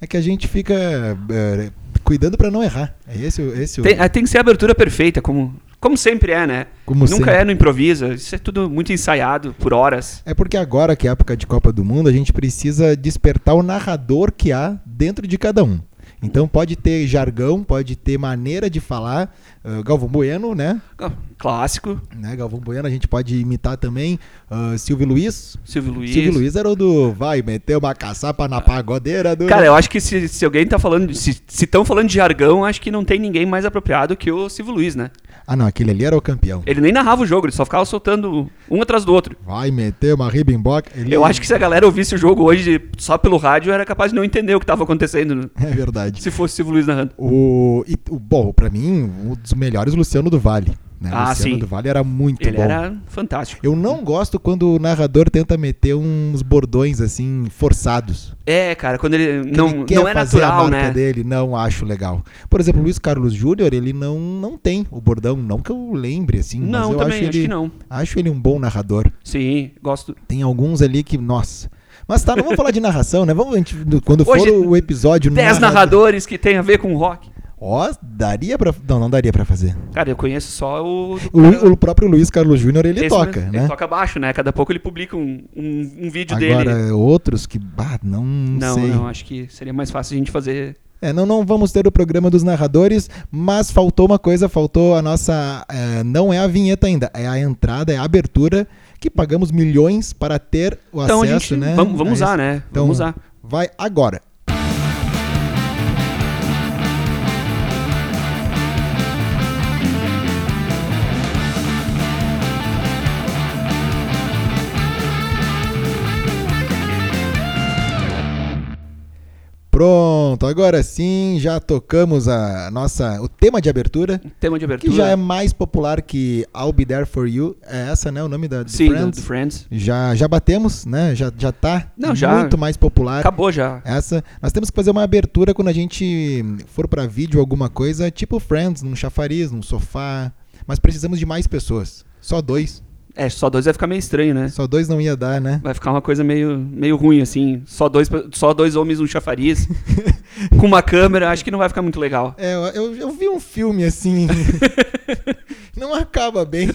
é que a gente fica é, cuidando para não errar. É esse, o- esse o- Tem, ah, tem que ser a abertura perfeita, como, como sempre é, né? Como Nunca sempre. é no improviso. Isso é tudo muito ensaiado por horas. É porque agora que é a época de Copa do Mundo, a gente precisa despertar o narrador que há dentro de cada um. Então pode ter jargão, pode ter maneira de falar. ah, Galvão Bueno, né? Ah, Clássico, né? Galvão Bueno, a gente pode imitar também. ah, Silvio Luiz. Silvio Luiz. Ah. Silvio Luiz era o do vai meter uma caçapa na pagodeira do. Cara, eu acho que se, se alguém tá falando. de- Se estão falando de jargão, acho que não tem ninguém mais apropriado que o Silvio Luiz, né? Ah, não, aquele ali era o campeão. Ele nem narrava o jogo, ele só ficava soltando um atrás do outro. Vai meter uma ribimboca. Ele... Eu acho que se a galera ouvisse o jogo hoje só pelo rádio, era capaz de não entender o que tava acontecendo né? É verdade. se fosse o Silvio Luiz narrando. O, e- o- bom, pra mim, um dos melhores, Luciano do Vale. né? Ah, Luciano sim. do Vale era muito Ele bom. era fantástico. Eu não gosto quando o narrador tenta meter uns bordões assim forçados. É, cara, quando ele. Que Não, ele quer não é fazer a natural, marca né? dele, não acho legal. Por exemplo, o Luiz Carlos Júnior, ele não, não tem o bordão, não que eu lembre assim, mas Não, eu também acho ele acho, que não. acho ele um bom narrador. Sim, gosto. Tem alguns ali que, nossa. Mas tá, não vamos falar de narração, né? Vamos a gente- quando Hoje, for o episódio Dez narradores que tem a ver com rock. Ó, daria pra. não, não daria pra fazer. Cara, eu conheço só o. do O, cara- o próprio Luiz Carlos Júnior, ele esse toca, mesmo. né? Ele toca baixo, né? Cada pouco ele publica um, um, um vídeo Agora, dele. outros que, bah, não, Não, sei. não, é. acho que seria mais fácil a gente fazer. É, não, não vamos ter o programa dos narradores, mas faltou uma coisa, faltou a nossa, é, não é a vinheta ainda, é a entrada, é a abertura, que pagamos milhões para ter o Então acesso, a gente. né? Vamos, vamos a usar, esse- né? Então, vamos usar. Vai agora. Pronto, agora sim já tocamos a nossa o tema de abertura, Um Tema de que abertura. já é mais popular que I'll Be There For You. É essa, né? O nome da The Sim, do- Friends. do Friends. Já, já batemos, né? Já, já tá Não, já. muito mais popular. Acabou já. Essa. Nós temos que fazer uma abertura quando a gente for pra vídeo alguma coisa, tipo Friends, num chafariz, num sofá. Mas precisamos de mais pessoas. Só dois. É, só dois vai ficar meio estranho, né? Só dois não ia dar, né? Vai ficar uma coisa meio, meio ruim, assim. Só dois, só dois homens num chafariz. com uma câmera, acho que não vai ficar muito legal. É, eu, eu- eu vi um filme assim. não acaba bem.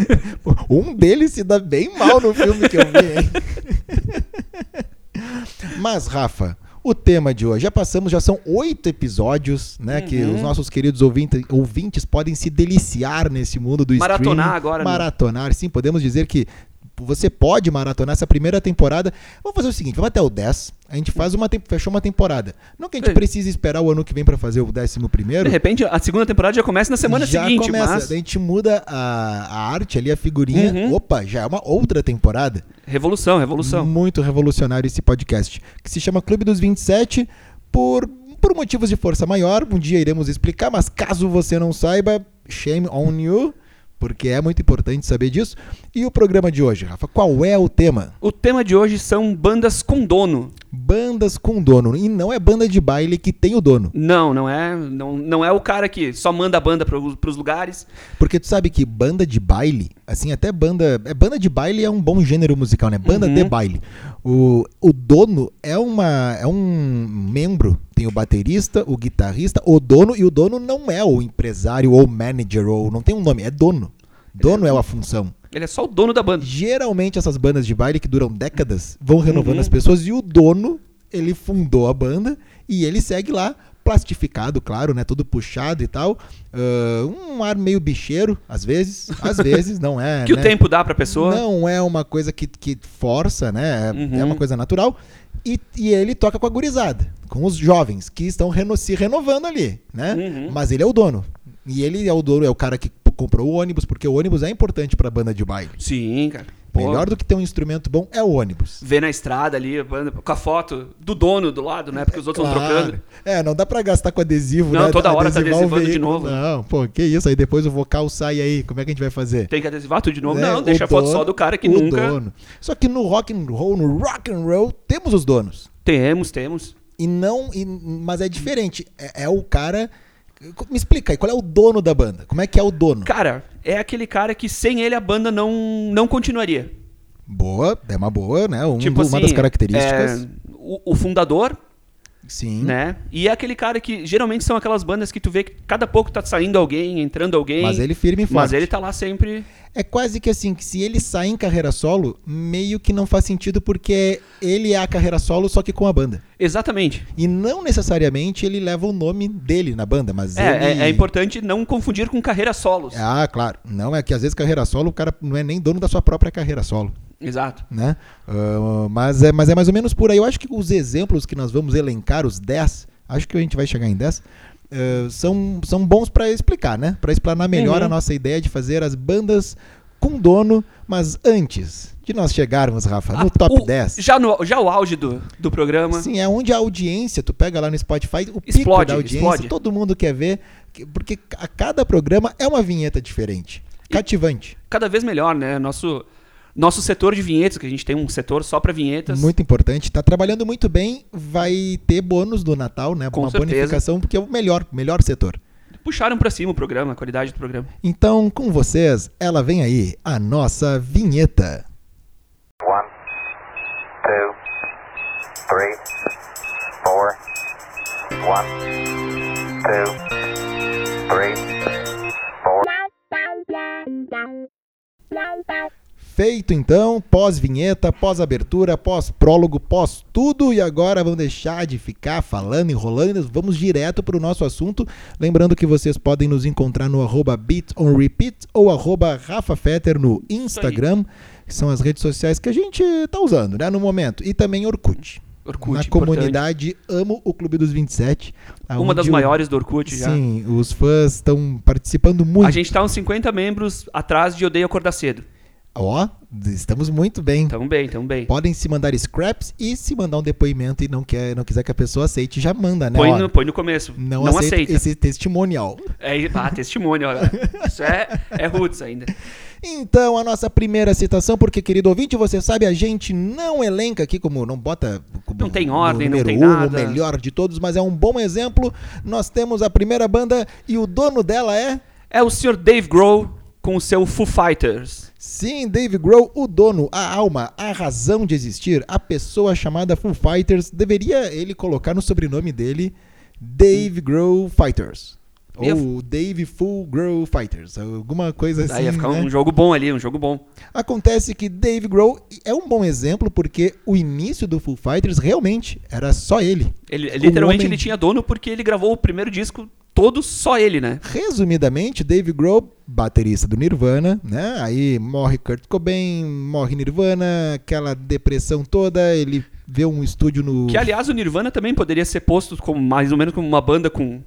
Um deles se dá bem mal no filme que eu vi, hein? Mas, Rafa, o tema de hoje. Já passamos, já são oito episódios, né? Que Uhum. os nossos queridos ouvinte- ouvintes podem se deliciar nesse mundo do Maratonar streaming. agora, né? Maratonar, sim. Podemos dizer que você pode maratonar essa primeira temporada. Vamos fazer o seguinte, vamos até o 10. A gente faz uma tem- fechou uma temporada. Não que a gente Sim. precise esperar o ano que vem pra fazer o 11 primeiro. É. De repente, a segunda temporada já começa na semana já seguinte, começa, mas. daí a gente muda a, a arte ali, a figurinha. Uhum. Opa, já é uma outra temporada. Revolução, revolução. Muito revolucionário esse podcast, que se chama Clube dos 27 por por motivos de força maior, um dia iremos explicar, mas caso você não saiba, shame on you, porque é muito importante saber disso. E o programa de hoje, Rafa, qual é o tema? O tema de hoje são bandas com dono. Bandas com dono, e não é banda de baile que tem o dono. Não, não é. Não, não é o cara que só manda a banda pro, pros lugares. Porque tu sabe que banda de baile, assim, até banda. É, banda de baile é um bom gênero musical, né? Banda de baile. O, o dono é uma. é um membro. Tem o baterista, o guitarrista, o dono, e o dono não é o empresário ou manager, ou não tem um nome, é dono. Dono é a função. Ele é só o dono da banda. Geralmente essas bandas de baile que duram décadas vão renovando Uhum. as pessoas e o dono, ele fundou a banda e ele segue lá, plastificado, claro, né? Todo puxado e tal. Ah, um ar meio bicheiro, às vezes. Às vezes, não é. que né? o tempo dá pra pessoa. Não é uma coisa que, que força, né? É, Uhum. é uma coisa natural. E, e ele toca com a gurizada, com os jovens que estão reno- se renovando ali, né? Uhum. Mas ele é o dono. E ele é o dono, é o cara que p- comprou o ônibus, porque o ônibus é importante pra banda de baile. Sim, cara. Pô, Melhor do que ter um instrumento bom é o ônibus. Vê na estrada ali, a banda, com a foto do dono do lado, né? Porque os outros vão Claro. trocando. É, não dá pra gastar com adesivo, Não, né? toda hora tá Adesivar o adesivando de veículo. novo, né? Não, pô, que isso? Aí depois o vocal sai aí, como é que a gente vai fazer? Tem que adesivar tudo de novo. Né? Não, O deixa a foto dono- só do cara que o nunca. dono. Só que no rock and roll, no rock and roll, temos os donos. Temos, temos. E não, e- mas é diferente. É, é o cara. Me explica aí, qual é o dono da banda? Como é que é o dono? Cara, é aquele cara que sem ele a banda não, não continuaria. Tipo assim, Boa, é uma boa, né? Um do- uma das características. é, o, o fundador, Sim. né? E é aquele cara que geralmente são aquelas bandas que tu vê que cada pouco tá saindo alguém, entrando alguém. Mas ele firme e forte. mas ele tá lá sempre. É quase que assim, que se ele sair em carreira solo, meio que não faz sentido porque ele é a carreira solo, só que com a banda. Exatamente. E não necessariamente ele leva o nome dele na banda, mas É, ele... é, é importante não confundir com carreiras solos. Ah, claro. Não, é que às vezes carreira solo, o cara não é nem dono da sua própria carreira solo, Exato. né? Ah, mas, é, mas é mais ou menos por aí. Eu acho que os exemplos que nós vamos elencar, os 10, acho que a gente vai chegar em 10, ah, são, são bons para explicar, né? Para explanar melhor Uhum. a nossa ideia de fazer as bandas com dono, mas antes de nós chegarmos, Rafa, Tá no Ah, top o- 10. Já, no, já o auge do, do programa. Sim, é onde a audiência, tu pega lá no Spotify, o pico Explode, da audiência, explode. todo mundo quer ver, que- porque a cada programa é uma vinheta diferente. Cativante, Cada vez melhor, né? Nosso, nosso setor de vinhetas, que a gente tem um setor só pra vinhetas. muito importante. Tá trabalhando muito bem, vai ter bônus do Natal, né? Com uma certeza. bonificação, porque é o melhor, melhor setor. Puxaram pra cima o programa, a qualidade do programa. Então, com vocês, ela vem aí, a nossa vinheta. One, two, three, four. One, two, three, four. Feito então, pós-vinheta, pós-abertura, pós-prólogo, pós-tudo. E agora vamos deixar de ficar falando, enrolando, vamos direto para o nosso assunto. Lembrando que vocês podem nos encontrar no arroba BeatsOnRepeat ou arroba Rafa Fetter no Instagram, que são as redes sociais que a gente tá usando, né, no momento. E também Orkut. Orkut, Na importante. comunidade Amo o Clube dos 27. Uma aonde das o- maiores do Orkut já. Sim, os fãs estão participando muito. A gente tá uns 50 membros atrás de Odeio Acordar Cedo. Ó, estamos muito bem. Tamo bem, tamo bem. Podem se mandar scraps e se mandar um depoimento e não, quer, não quiser que a pessoa aceite, já manda, né? Põe Ó, no, põe no começo. não Não, aceito aceita. esse testimonial. É, ah, testemunho, ó. Isso é, é roots ainda. Então, a nossa primeira citação, porque, querido ouvinte, você sabe, a gente não elenca aqui como, não bota como Não tem o ordem, não número tem um, nada. o melhor de todos, mas é um bom exemplo. Nós temos a primeira banda e o dono dela é... É o Sr. Dave Grohl com o seu Foo Fighters. Sim, Dave Grohl, o dono, a alma, a razão de existir, a pessoa chamada Foo Fighters, deveria ele colocar no sobrenome dele Dave Grohl Fighters. Ia- Ou Dave Full Grohl Fighters, alguma coisa assim. Aí ia ficar né? um jogo bom ali, um jogo bom. Acontece que Dave Grohl é um bom exemplo porque o início do Foo Fighters realmente era só ele. Ele, literalmente homem- ele tinha dono porque ele gravou o primeiro disco todo só ele, né? Resumidamente, Dave Grohl, baterista do Nirvana, né? Aí morre Kurt Cobain, morre Nirvana, aquela depressão toda, ele vê um estúdio no Que aliás o Nirvana também poderia ser posto como mais ou menos como uma banda com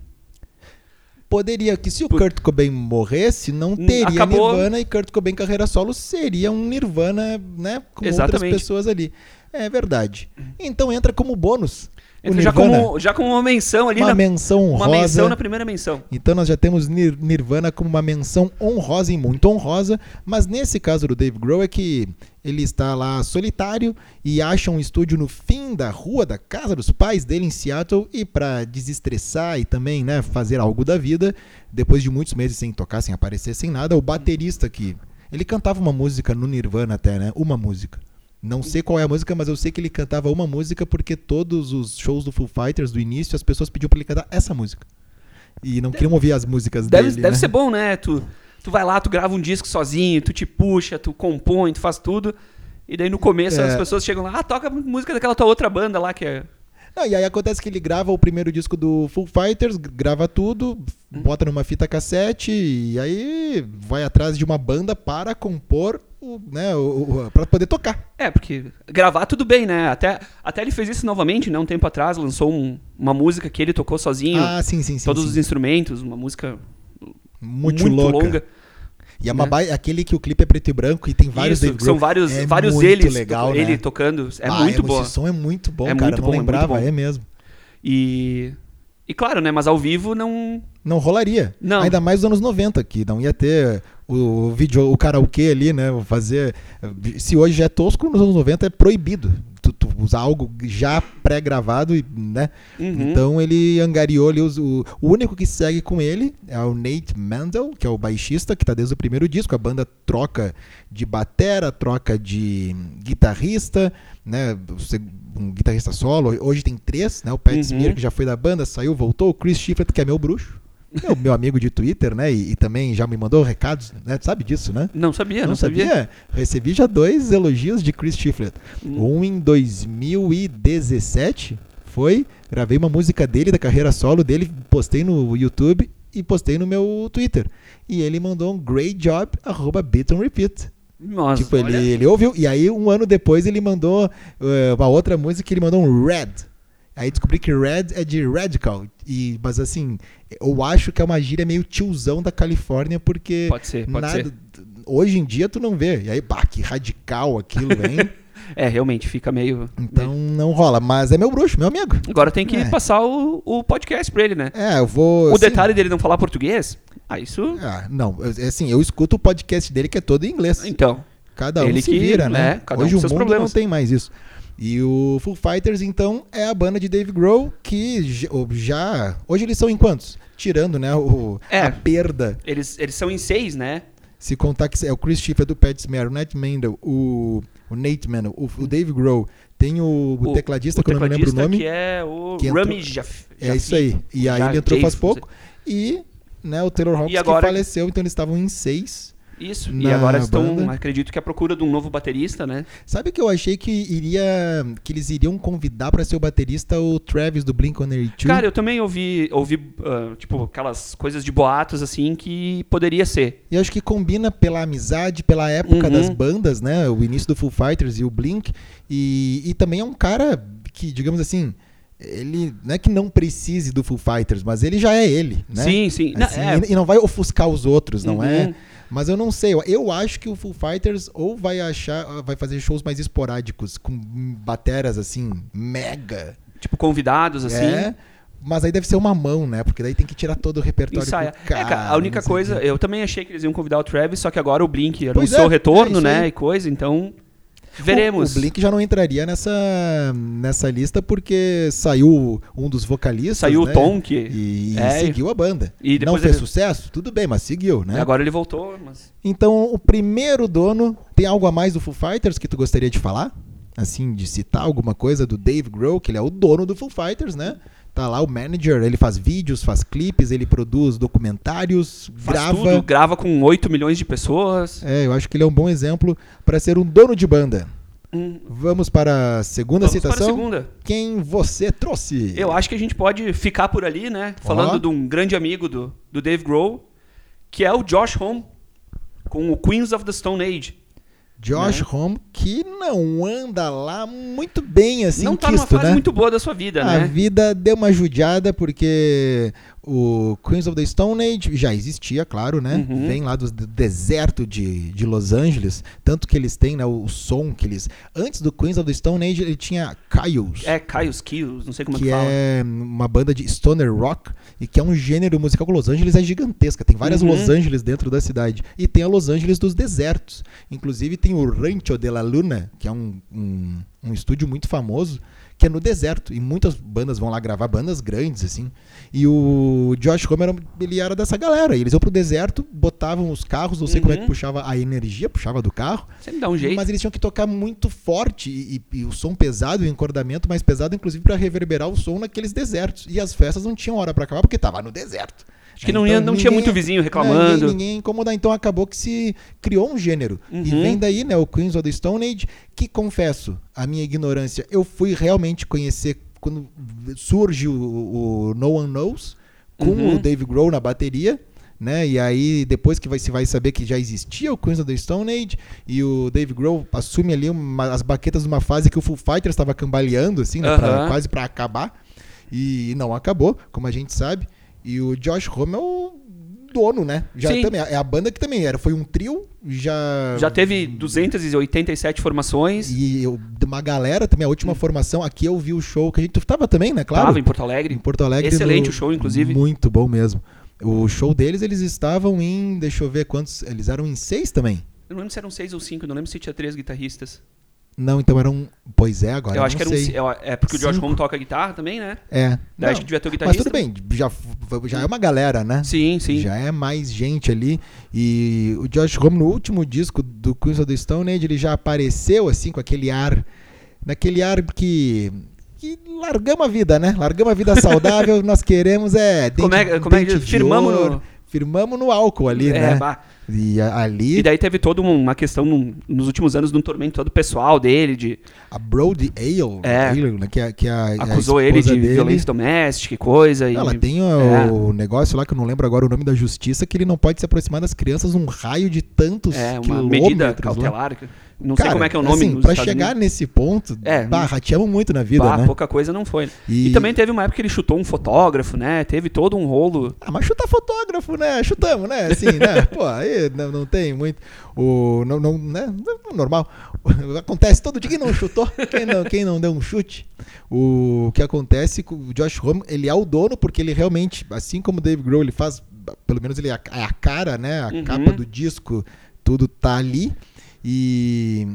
poderia que se o Kurt Cobain morresse, não Hum, teria acabou. Nirvana e Kurt Cobain carreira solo seria um Nirvana, né, com Exatamente. outras pessoas ali. É verdade. Então entra como bônus. o Entra já Nirvana, como já como uma menção ali uma na menção honrosa. uma menção na primeira menção. Então nós já temos Nir- Nirvana como uma menção honrosa e muito honrosa, mas nesse caso do Dave Grohl é que ele está lá solitário e acha um estúdio no fim da rua da casa dos pais dele em Seattle e para desestressar e também, né, fazer algo da vida, depois de muitos meses sem tocar, sem aparecer, sem nada, o baterista que ele cantava uma música no Nirvana até, né? Uma música. Não sei qual é a música, mas eu sei que ele cantava uma música porque todos os shows do Foo Fighters do início as pessoas pediam pra ele cantar essa música. E não queriam ouvir as músicas Deve, dele. deve né? ser bom, né? Tu, tu vai lá, tu grava um disco sozinho, tu te puxa, tu compõe, tu faz tudo. E daí no começo É. as pessoas chegam lá, ah, toca música daquela tua outra banda lá que é. Não, e aí acontece que ele grava o primeiro disco do Foo Fighters, g- grava tudo, Uhum. bota numa fita cassete e aí vai atrás de uma banda para compor, o, né, o, o- pra poder tocar. É, porque gravar tudo bem, né? Até, até ele fez isso novamente, né? Um tempo atrás, lançou um- uma música que ele tocou sozinho, Ah, sim, sim, sim. todos sim. os instrumentos, uma música Muito, muito louca. longa. Né? E é uma ba- aquele que o clipe é preto e branco e tem vários Isso, Dave são Grohl. vários, É vários muito eles, legal, to- né? ele tocando. É Ah, é, muito bom. Esse som é muito bom, É cara. muito não bom, é muito lembrava, bom. é mesmo. E e claro, né? Mas ao vivo não Não rolaria. Não. Ainda mais nos anos 90, que não ia ter o vídeo, o karaokê ali, né? Fazer. Se hoje já é tosco, nos anos 90 é proibido. Tu, tu usar algo já pré-gravado, e, né? Uhum. Então ele angariou ali os, o, o único que segue com ele é o Nate Mandel, que é o baixista, que tá desde o primeiro disco. A banda troca de batera, troca de guitarrista, né? Você- Um guitarrista solo. Hoje tem três, né? O Pat Uhum. Smear, que já foi da banda, saiu, voltou. O Chris Shiflett, que é meu bruxo. Meu, meu amigo de Twitter, né? E, e também já me mandou recados, né? Tu sabe disso, né? Não sabia, É, não, não sabia. sabia? Recebi já dois elogios de Chris Chiflet. Um em 2017 foi, gravei uma música dele, da carreira solo dele, postei no YouTube e postei no meu Twitter. E ele mandou um great job, arroba beat on repeat. Nossa, tipo, ele, olha. ele ouviu, e aí um ano depois ele mandou eh, uma outra música, ele mandou um red. Aí descobri que red é de radical. E, mas assim, eu acho que é uma gíria meio tiozão da Califórnia, porque Pode ser, pode nada. ser. Hoje em dia tu não vê. E aí, bah, que radical aquilo, hein? É, realmente, fica meio... então não rola. Mas é meu bruxo, meu amigo. Agora tem que É. passar o, o podcast pra ele, né? É, eu vou. o assim, detalhe dele não falar português, ah, isso... Ah, não, é assim, eu escuto o podcast dele que é todo em inglês. Então, Cada um ele se que- vira, né? é, cada um Hoje com o seus mundo problemas. não tem mais isso. E o Full Fighters, então, é a banda de Dave Grohl que j- já. Hoje eles são em quantos? Tirando, né, o, É. a perda eles, eles são em seis, né? Se contar que é o Chris Schiffer do Pat Smear, o Nate Mendel, o, o Nate Mendel, o, o Dave Grohl, tem o, o tecladista, que eu não me lembro o tecladista nome. que é o que entrou- Rami Jaf- Jafi. É isso aí. E aí Ja- ele entrou faz Jason, pouco. E né, o Taylor Hawkins agora- que faleceu, então eles estavam em seis. Isso, e na agora estão, banda. acredito que à procura de um novo baterista, né? Sabe que eu achei que iria. que eles iriam convidar pra ser o baterista o Travis do Blink-182? Cara, eu também ouvi, ouvi ah, tipo, aquelas coisas de boatos, assim, que poderia ser. E acho que combina pela amizade, pela época Uhum. das bandas, né? O início do Foo Fighters e o Blink. E, e também é um cara que, digamos assim, ele não é que não precise do Foo Fighters, mas ele já é ele, né? Sim, sim. Não, Assim, é, e, e não vai ofuscar os outros, não Uhum. é? Mas eu não sei, eu, eu acho que o Foo Fighters ou vai achar, vai fazer shows mais esporádicos, com bateras assim, mega. tipo, convidados, assim. É, mas aí deve ser uma mão, né? Porque daí tem que tirar todo o repertório Ensaia. do É, cara, a única não sei coisa, eu também achei que eles iam convidar o Travis, só que agora o Blink anunciou é, o retorno, é isso né? aí. E coisa, então. Veremos. O, o Blink já não entraria nessa, nessa lista porque saiu um dos vocalistas. Saiu né? o Tom, que. E, e É, seguiu a banda. e não depois fez ele- sucesso? Tudo bem, mas seguiu, né? Agora ele voltou, mas. Então, o primeiro dono, tem algo a mais do Foo Fighters que tu gostaria de falar? Assim, de citar alguma coisa do Dave Grohl, que ele é o dono do Foo Fighters, né? Tá lá o manager, ele faz vídeos, faz clipes, ele produz documentários, Faz grava. tudo, grava com 8 milhões de pessoas. É, eu acho que ele é um bom exemplo para ser um dono de banda. Hum, Vamos para a segunda vamos para a citação. segunda. quem você trouxe. Eu né? acho que a gente pode ficar por ali, né? Falando Ó. de um grande amigo do, do Dave Grohl, que é o Josh Home, com o Queens of the Stone Age. Josh Homme, que não anda lá muito bem, assim, Não tá numa quisto, fase né? muito boa da sua vida, A né? vida deu uma judiada, porque o Queens of the Stone Age já existia, claro, né? Uhum. Vem lá do d- deserto de, de Los Angeles. Tanto que eles têm, né, o, o som que eles... Antes do Queens of the Stone Age, ele tinha Caios. É, Caios Kills, não sei como é que que fala. é uma banda de stoner rock e que é um gênero musical que Los Angeles é gigantesca. Tem várias Uhum. Los Angeles dentro da cidade e tem a Los Angeles dos desertos. Inclusive tem o Rancho de la Luna, que é um, um, um estúdio muito famoso, que é no deserto e muitas bandas vão lá gravar, bandas grandes assim. E o Josh Homme era, um, ele era dessa galera. E Eles iam pro deserto, botavam os carros, não sei como é que Uhum. puxava a energia, puxava do carro Sempre dá um jeito. mas eles tinham que tocar muito forte e, e- e o som pesado, o encordamento mais pesado, inclusive para reverberar o som naqueles desertos. E as festas não tinham hora para acabar porque tava no deserto. Acho que não, ia- não tinha muito vizinho Né, reclamando. ninguém, ninguém ia incomodar. Então acabou que se criou um gênero. E Uhum. vem daí, né, o Queens of the Stone Age, que confesso a minha ignorância, eu fui realmente conhecer quando surge o, o No One Knows com Uhum. o Dave Grohl na bateria. Né? E aí, depois que vai, se vai saber que já existia o Queens of the Stone Age, e o Dave Grohl assume ali uma- as baquetas numa fase que o Foo Fighters estava cambaleando, assim, né? pra- Aham. quase para acabar. E não acabou, como a gente sabe. E o Josh Homme é o dono, né? Já Sim. também, é a banda que também era, foi um trio, já Já teve 287 formações. e eu- de uma galera também, a última formação, aqui eu vi o show que a gente tu tava também, né, claro? Hum. Tava em Porto Alegre. Em Porto Alegre. Excelente o show, inclusive. Muito bom mesmo. O show deles, eles estavam em, deixa eu ver quantos, eles eram em seis também. Eu não lembro se eram seis ou cinco, não lembro se tinha três guitarristas. Não, então era um. Pois é, agora. eu acho que não era um. sei. ci- é, É porque o George Cinco. Homme toca guitarra também, né? É. Daí Não, acho que devia ter o Mas guitarrista. tudo bem, já, f- já é uma galera, né? Sim, sim. Já é mais gente ali. E o Josh Homme, no último disco do Queens of the Stone Age, ele já apareceu assim com aquele ar. Naquele ar que. que largamos a vida, né? Largamos a vida saudável, nós queremos é. Dente, Como é- como é que dente diz? de Firmamos ouro, no- Firmamos no álcool ali, É, né? bah. E a- ali, E daí teve toda um- uma questão num- nos últimos anos de um tormento todo pessoal dele, de a Brody Ale, É. Ale, né, que, a- que a, a acusou ele de esposa dele- violência É. doméstica e coisa. e- Ela tem o negócio lá que eu não lembro agora o nome da justiça, que ele não pode se aproximar das crianças um raio de tantos é, uma quilômetros. né? medida lá. cautelar. que- Não sei Cara, como é que é o nome. Assim, nos pra Estados chegar Unidos. nesse ponto, É, bah, não- rateamos muito na vida, Bah, né? pouca coisa não foi. E... E- também teve uma época que ele chutou um fotógrafo, né? Teve todo um rolo. Ah, mas chutar fotógrafo, né? Chutamos, né? Assim, né? Pô, aí não, não tem muito. O, não, não, né? Normal. Acontece todo dia. Quem não chutou? Quem não, quem não deu um chute? O que acontece com o Josh Homme, ele é o dono, porque ele realmente, assim como o Dave Grohl, ele faz. Pelo menos ele é a, é a cara, né? A Uhum. capa do disco, tudo tá ali. E,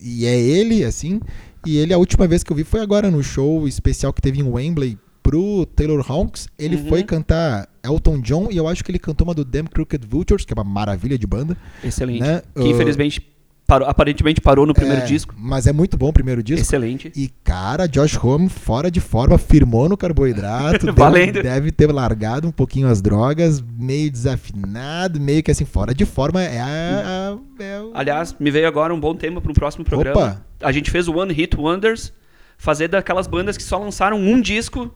e é ele, assim. E ele, a última vez que eu vi foi agora no show especial que teve em Wembley pro Taylor Hawkins. Ele Uhum. foi cantar Elton John e eu acho que ele cantou uma do Damn Crooked Vultures, que é uma maravilha de banda. Excelente. Né? Que Uh, infelizmente parou- aparentemente parou no primeiro É, disco. Mas é muito bom o primeiro disco. Excelente. E, cara, Josh Homme fora de forma, firmou no carboidrato. deu- Valendo. deve ter largado um pouquinho as drogas, meio desafinado, meio que assim, fora de forma é a. a- é o- Aliás, me veio agora um bom tema para um próximo programa. Opa. A gente fez o One Hit Wonders, fazer daquelas bandas que só lançaram um disco,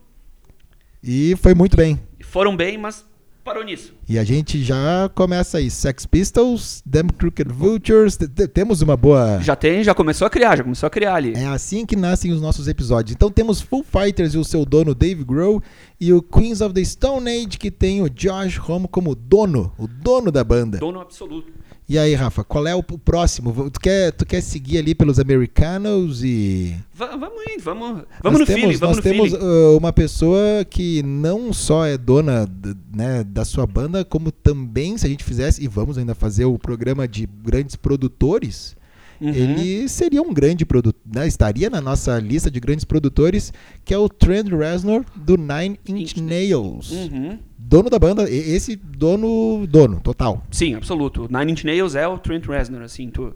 E foi muito bem. foram bem, mas parou nisso. E a gente já começa aí. Sex Pistols, Damn Crooked Vultures. te- te- Temos uma boa. Já tem, já começou a criar, já começou a criar ali. É assim que nascem os nossos episódios. Então temos Full Fighters e o seu dono Dave Grohl e o Queens of the Stone Age que tem o Josh Homme como dono, o dono da banda. Dono absoluto. E aí, Rafa, qual é o p- próximo? Vo- Tu quer, tu quer seguir ali pelos Americanos e Va- vamos indo, vamos, vamos no nós temos, feeling, vamos nós no temos feeling. uh, uma pessoa que não só é dona d- né, da sua banda, como também, se a gente fizesse, e vamos ainda fazer o programa de grandes produtores, Uhum. ele seria um grande produtor, estaria na nossa lista de grandes produtores, que é o Trent Reznor do Nine Inch Inch Nails. Uhum. Dono da banda, e- esse dono, dono, total. Sim, absoluto. Nine Inch Nails é o Trent Reznor, assim, tu...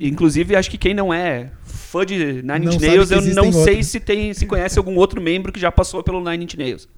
Inclusive, acho que quem não é fã de Nine Não Inch sabe Nails, que eu não existem sei outros. se, tem, se conhece algum outro membro que já passou pelo Nine Inch Nails.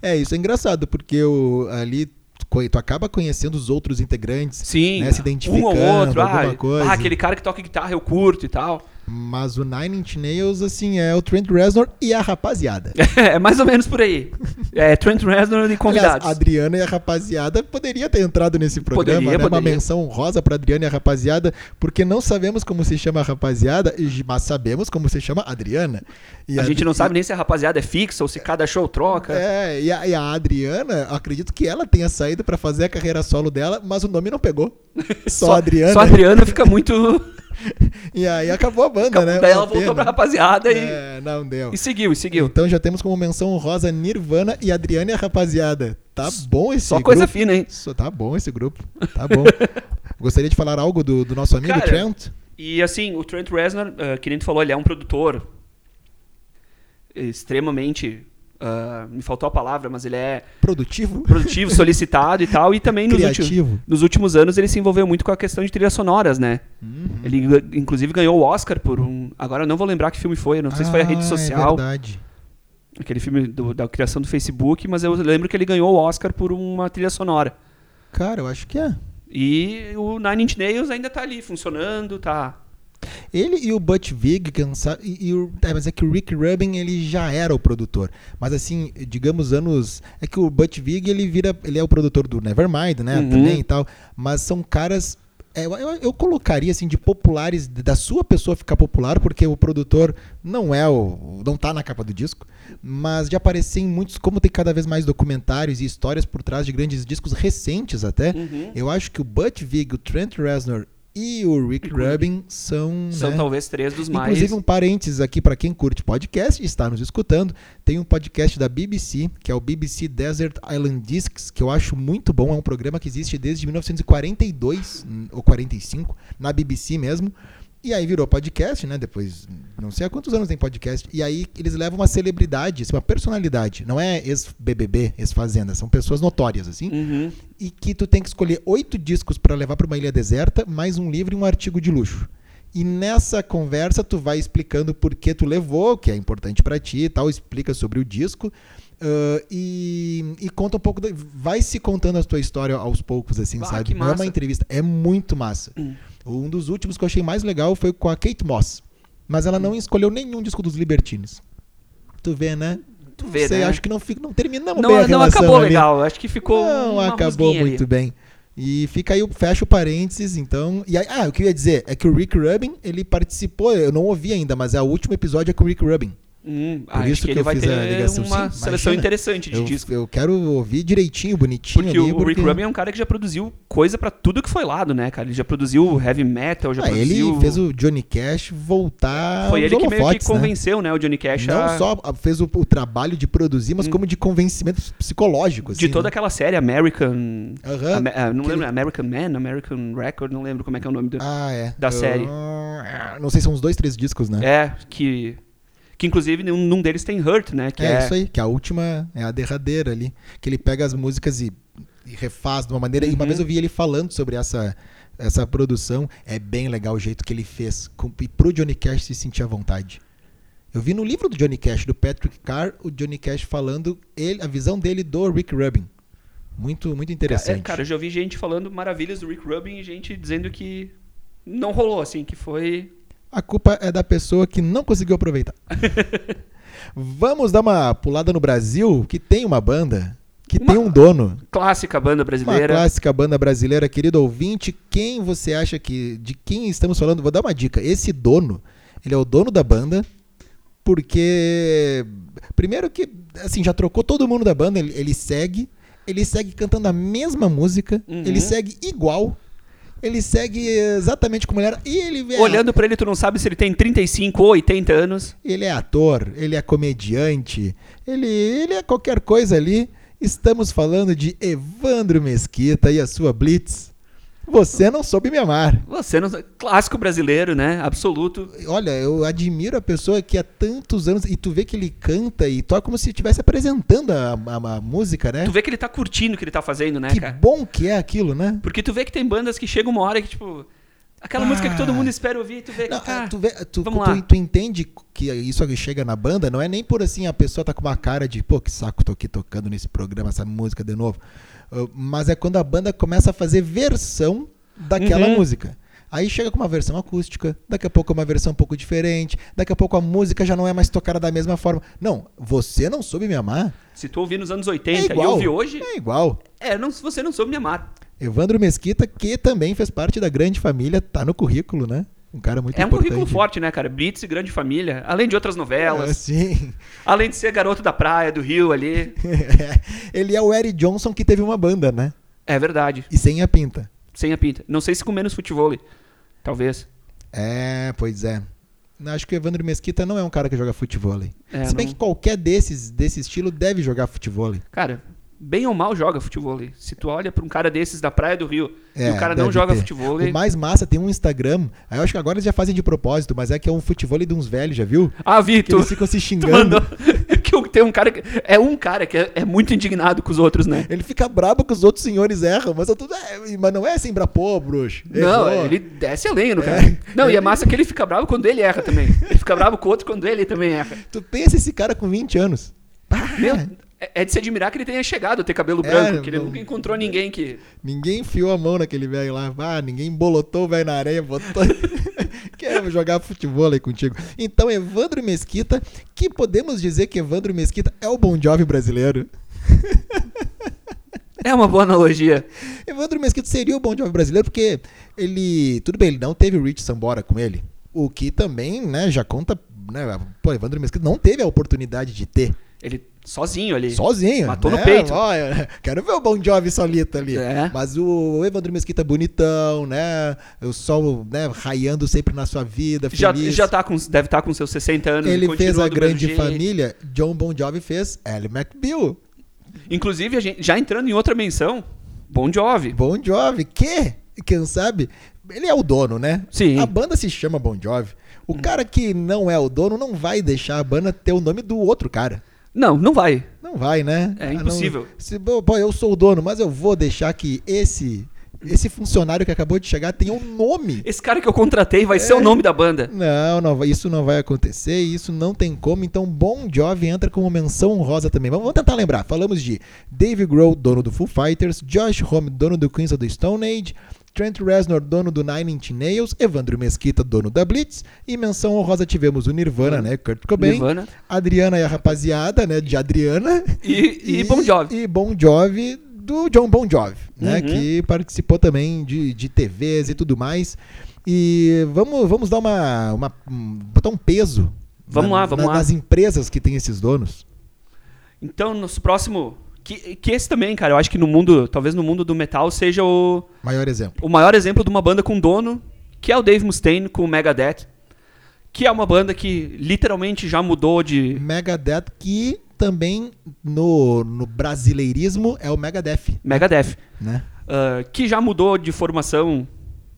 É, isso é engraçado, porque o, ali tu conhe- tu acaba conhecendo os outros integrantes, Sim, né, se um identificando, ou outro, alguma ah, coisa. ah, aquele cara que toca guitarra eu curto e tal. Mas o Nine Inch Nails, assim, é o Trent Reznor e a rapaziada. é mais ou menos por aí. É Trent Reznor e Aliás, convidados. a Adriana e a rapaziada poderia ter entrado nesse programa, Poderia, né? Uma poderia. menção rosa pra Adriana e a rapaziada, porque não sabemos como se chama a rapaziada, e- mas sabemos como se chama a Adriana. E a gente Adri- não sabe nem se a rapaziada é fixa ou se cada show troca. É, e a, e a Adriana, acredito que ela tenha saído pra fazer a carreira solo dela, mas o nome não pegou. Só, a Adriana. Só a Adriana fica muito. E aí acabou a banda, né? Daí ela Uma voltou pena. pra rapaziada e, É, não deu. e seguiu, e seguiu. Então já temos como menção rosa Nirvana e Adriana e a rapaziada. Tá bom esse Só grupo. coisa fina, hein? Só tá bom esse grupo. Tá bom. Gostaria de falar algo do, do nosso amigo Cara, Trent? E assim, o Trent Reznor, eh, que nem tu falou, ele é um produtor extremamente. ah, me faltou a palavra, mas ele é Produtivo? produtivo, solicitado e tal. E também nos últimos, Criativo. nos últimos anos ele se envolveu muito com a questão de trilhas sonoras, né? Uhum. Ele gan- inclusive ganhou o Oscar por um. Agora eu não vou lembrar que filme foi, não sei se foi a Ah, rede social, É verdade. aquele filme do- da criação do Facebook, mas eu lembro que ele ganhou o Oscar por uma trilha sonora. Cara, eu acho que é. E o Nine Inch Nails ainda tá ali, funcionando, tá. Ele e o Butch Vig, cansa- e, e o, é, mas é que o Rick Rubin ele já era o produtor. Mas assim, digamos anos, é que o Butch Vig ele vira, ele é o produtor do Nevermind, né, Uhum. também e tal. Mas são caras, é, eu, eu- eu colocaria assim de populares de- da sua pessoa ficar popular, porque o produtor não é o, não tá na capa do disco, mas já apareceu em muitos, como tem cada vez mais documentários e histórias por trás de grandes discos recentes até. Uhum. Eu acho que o Butch Vig, o Trent Reznor e o Rick Rubin são, São né, talvez três dos mais. Inclusive, um parênteses aqui para quem curte podcast e está nos escutando, tem um podcast da BBC, que é o BBC Desert Island Discs, que eu acho muito bom. É um programa que existe desde 1942 hum, ou 45, na BBC mesmo, E aí virou podcast, né? Depois, não sei há quantos anos tem podcast. E aí eles levam uma celebridade, assim, uma personalidade. Não é ex-BBB, ex-Fazenda. São pessoas notórias, assim. Uhum. E que tu tem que escolher oito discos pra levar pra uma ilha deserta, mais um livro e um artigo de luxo. E nessa conversa tu vai explicando por que tu levou, o que é importante pra ti e tal. Explica sobre o disco. ah, e, e conta um pouco. da- vai se contando a tua história aos poucos, assim, Bah, sabe? que Não é massa. Hum. uma entrevista. É muito massa. Um dos últimos que eu achei mais legal foi com a Kate Moss. Mas ela Hum. não escolheu nenhum disco dos Libertines. Tu vê, né? Tu vê, né? Acho que não, fica, não terminamos bem a Não, não relação acabou ali. né? legal. Acho que ficou. Não uma acabou rusguinha ali. muito bem. E fica aí, o- fecha o parênteses, então. E aí, ah, o que eu ia dizer é que o Rick Rubin, ele participou, eu não ouvi ainda, mas é o último episódio é com o Rick Rubin. Hum, Por acho isso que, que ele eu vai fiz ter a ligação. Sim, uma seleção imagina. interessante de Eu, disco. eu quero ouvir direitinho, bonitinho Porque ali. o Rick Rubin é um cara que já produziu coisa pra tudo que foi lado, né, cara? Ele já produziu heavy metal, já Ah, ele produziu. fez o Johnny Cash voltar Foi aos ele que meio que holofotes, né? convenceu, né, o Johnny Cash a- Hum. Não só a- fez o, o trabalho de produzir, mas como de convencimento psicológico. de assim, toda né? aquela série American. Aham. Ame- ah, não Aquele- lembro, American Man, American Record, não lembro como é que é o nome do. Ah, é. da Eu- série. Não sei, são uns dois, três discos, né? É, que. Que inclusive num num deles tem Hurt, né? Que é, isso aí, que a última é a derradeira ali. Que ele pega as músicas e, e refaz de uma maneira. E uma Uhum. vez eu vi ele falando sobre essa, essa produção. É bem legal o jeito que ele fez. Com, e pro Johnny Cash se sentir à vontade. Eu vi no livro do Johnny Cash, do Patrick Carr, o Johnny Cash falando ele, a visão dele do Rick Rubin. Muito, muito É, interessante. cara, eu já ouvi gente falando maravilhas do Rick Rubin e gente dizendo que não rolou, assim, que foi. A culpa é da pessoa que não conseguiu aproveitar. Vamos dar uma pulada no Brasil, que tem uma banda, que Uma- tem um dono. Clássica banda Uma brasileira. clássica banda brasileira, querido ouvinte, quem você acha que. De quem estamos falando? Vou dar uma dica. Esse dono, ele é o dono da banda, porque. Primeiro que, assim, já trocou todo mundo da banda, ele, ele segue. Ele segue cantando a mesma música, Uhum. ele segue igual. Ele segue exatamente como ele era. E ele é Olhando pra ele, tu não sabe se ele tem 35 ou 80 anos. Ele é ator, ele é comediante, ele, ele é qualquer coisa ali. Estamos falando de Evandro Mesquita e a sua Blitz. Você não soube me amar. Você não sabe. Clássico brasileiro, né? Absoluto. Olha, eu admiro a pessoa que há tantos anos. E tu vê que ele canta e toca como se estivesse apresentando a, a- a música, né? Tu vê que ele tá curtindo o que ele tá fazendo, né, que cara? bom que é aquilo, né? Porque tu vê que tem bandas que chega uma hora que, tipo. Aquela Ah. música que todo mundo espera ouvir, tu vê que. Não, é, tá. tu, vê- tu- vamos tu- lá. tu entende que isso aqui chega na banda, não é nem por assim, a pessoa tá com uma cara de, pô, que saco, tô aqui tocando nesse programa, essa música de novo. Uh, Mas é quando a banda começa a fazer versão daquela Uhum. música. Aí chega com uma versão acústica, daqui a pouco é uma versão um pouco diferente, daqui a pouco a música já não é mais tocada da mesma forma. Não, você não soube me amar. Se tu ouvir nos anos É 80 e igual. ouvir hoje, É igual. é, não, você não soube me amar. Evandro Mesquita, que também fez parte da grande família, tá no currículo, né? Um cara muito é um importante. currículo forte, né, cara? Blitz e Grande Família, além de outras É, novelas, sim. além de ser garoto da praia, do Rio ali. ele é o Eric Johnson que teve uma banda, né? É verdade, E sem a pinta. sem a pinta. Não sei se com menos futebol, talvez. É, pois é. Acho que o Evandro Mesquita não é um cara que joga futebol. É, Se bem não- que qualquer desses desse estilo deve jogar futebol. Cara, bem ou mal joga futebol. Se tu olha pra um cara desses da praia do Rio É, e o cara não deve joga ter. futebol, O mais massa tem um Instagram. Aí eu acho que agora eles já fazem de propósito, mas é que é um futebol de uns velhos, já viu? ah, Que Vitor, eles ficam se tu xingando. mandou que eu- tem um cara que é um cara que é, é muito indignado com os outros, né? Ele fica brabo que os outros senhores erram, mas, eu tô- é, mas não é assim, brapô, bruxo. Não, Errou. ele desce a lenha no cara. Não, e é massa que ele fica bravo quando ele erra também. Ele fica bravo com o outro quando ele também erra. Tu pensa esse cara com 20 anos. Meu, é é de se admirar que ele tenha chegado a ter cabelo É, branco, que ele não- nunca encontrou ninguém que. Ninguém enfiou a mão naquele velho lá. Ah, ninguém bolotou o velho na areia, botou. Quero jogar futebol aí contigo. Então, Evandro Mesquita, que podemos dizer que Evandro Mesquita é o Bon Jovi brasileiro. É uma boa analogia. Evandro Mesquita seria o Bon Jovi brasileiro porque ele, tudo bem, ele não teve o Rich Sambora com ele, o que também, né, já conta, né, pô, Evandro Mesquita não teve a oportunidade de ter Ele sozinho ali. sozinho. Matou no né? peito. Ó, eu quero ver o Bon Jovi solito ali. É. Mas o Evandro Mesquita é bonitão, né? O sol, né, raiando sempre na sua vida, já, feliz. já tá com, deve estar com seus 60 anos. e Ele continua fez a do mesmo grande jeito. família, John Bon Jovi fez Ellie McBeal. Inclusive, a gente, já entrando em outra menção, Bon Jovi. Bon Jovi, que, quem sabe, Ele é o dono, né? Sim. A banda se chama Bon Jovi. O cara que não é o dono não vai deixar a banda ter o nome do outro cara. Não, não vai. Não vai, né? É Ah, não- impossível. se, pô, pô, eu sou o dono, mas eu vou deixar que esse esse funcionário que acabou de chegar tenha um nome. Esse cara que eu contratei vai É. ser o nome da banda. Não, não, vai- isso não vai acontecer, isso não tem como. Então, Bon Jovi entra como menção honrosa também. Vamos, vamos tentar lembrar. Falamos de Dave Grohl, dono do Foo Fighters, Josh Homme, dono do Queens of the Stone Age, Trent Reznor, dono do Nine Inch Nails, Evandro Mesquita, dono da Blitz, e menção honrosa tivemos o Nirvana, né, Kurt Cobain, Nirvana. Adriana e a rapaziada, né, de Adriana, E, e Bon Jovi. Uhum. e Bon Jovi do John Bon Jovi, né? Que participou também de, de TVs e tudo mais. E vamos, vamos dar uma, uma. um- botar um peso. Vamos lá, vamos lá. Nas empresas que tem esses donos. Então, nosso próximo. Que, que esse também, cara, eu acho que no mundo, talvez no mundo do metal, seja o, Maior exemplo. o maior exemplo de uma banda com dono, que é o Dave Mustaine com o Megadeth, que é uma banda que literalmente já mudou de. Megadeth, que também no, no brasileirismo é o Megadeth, Megadeth. né? ah, que já mudou de formação.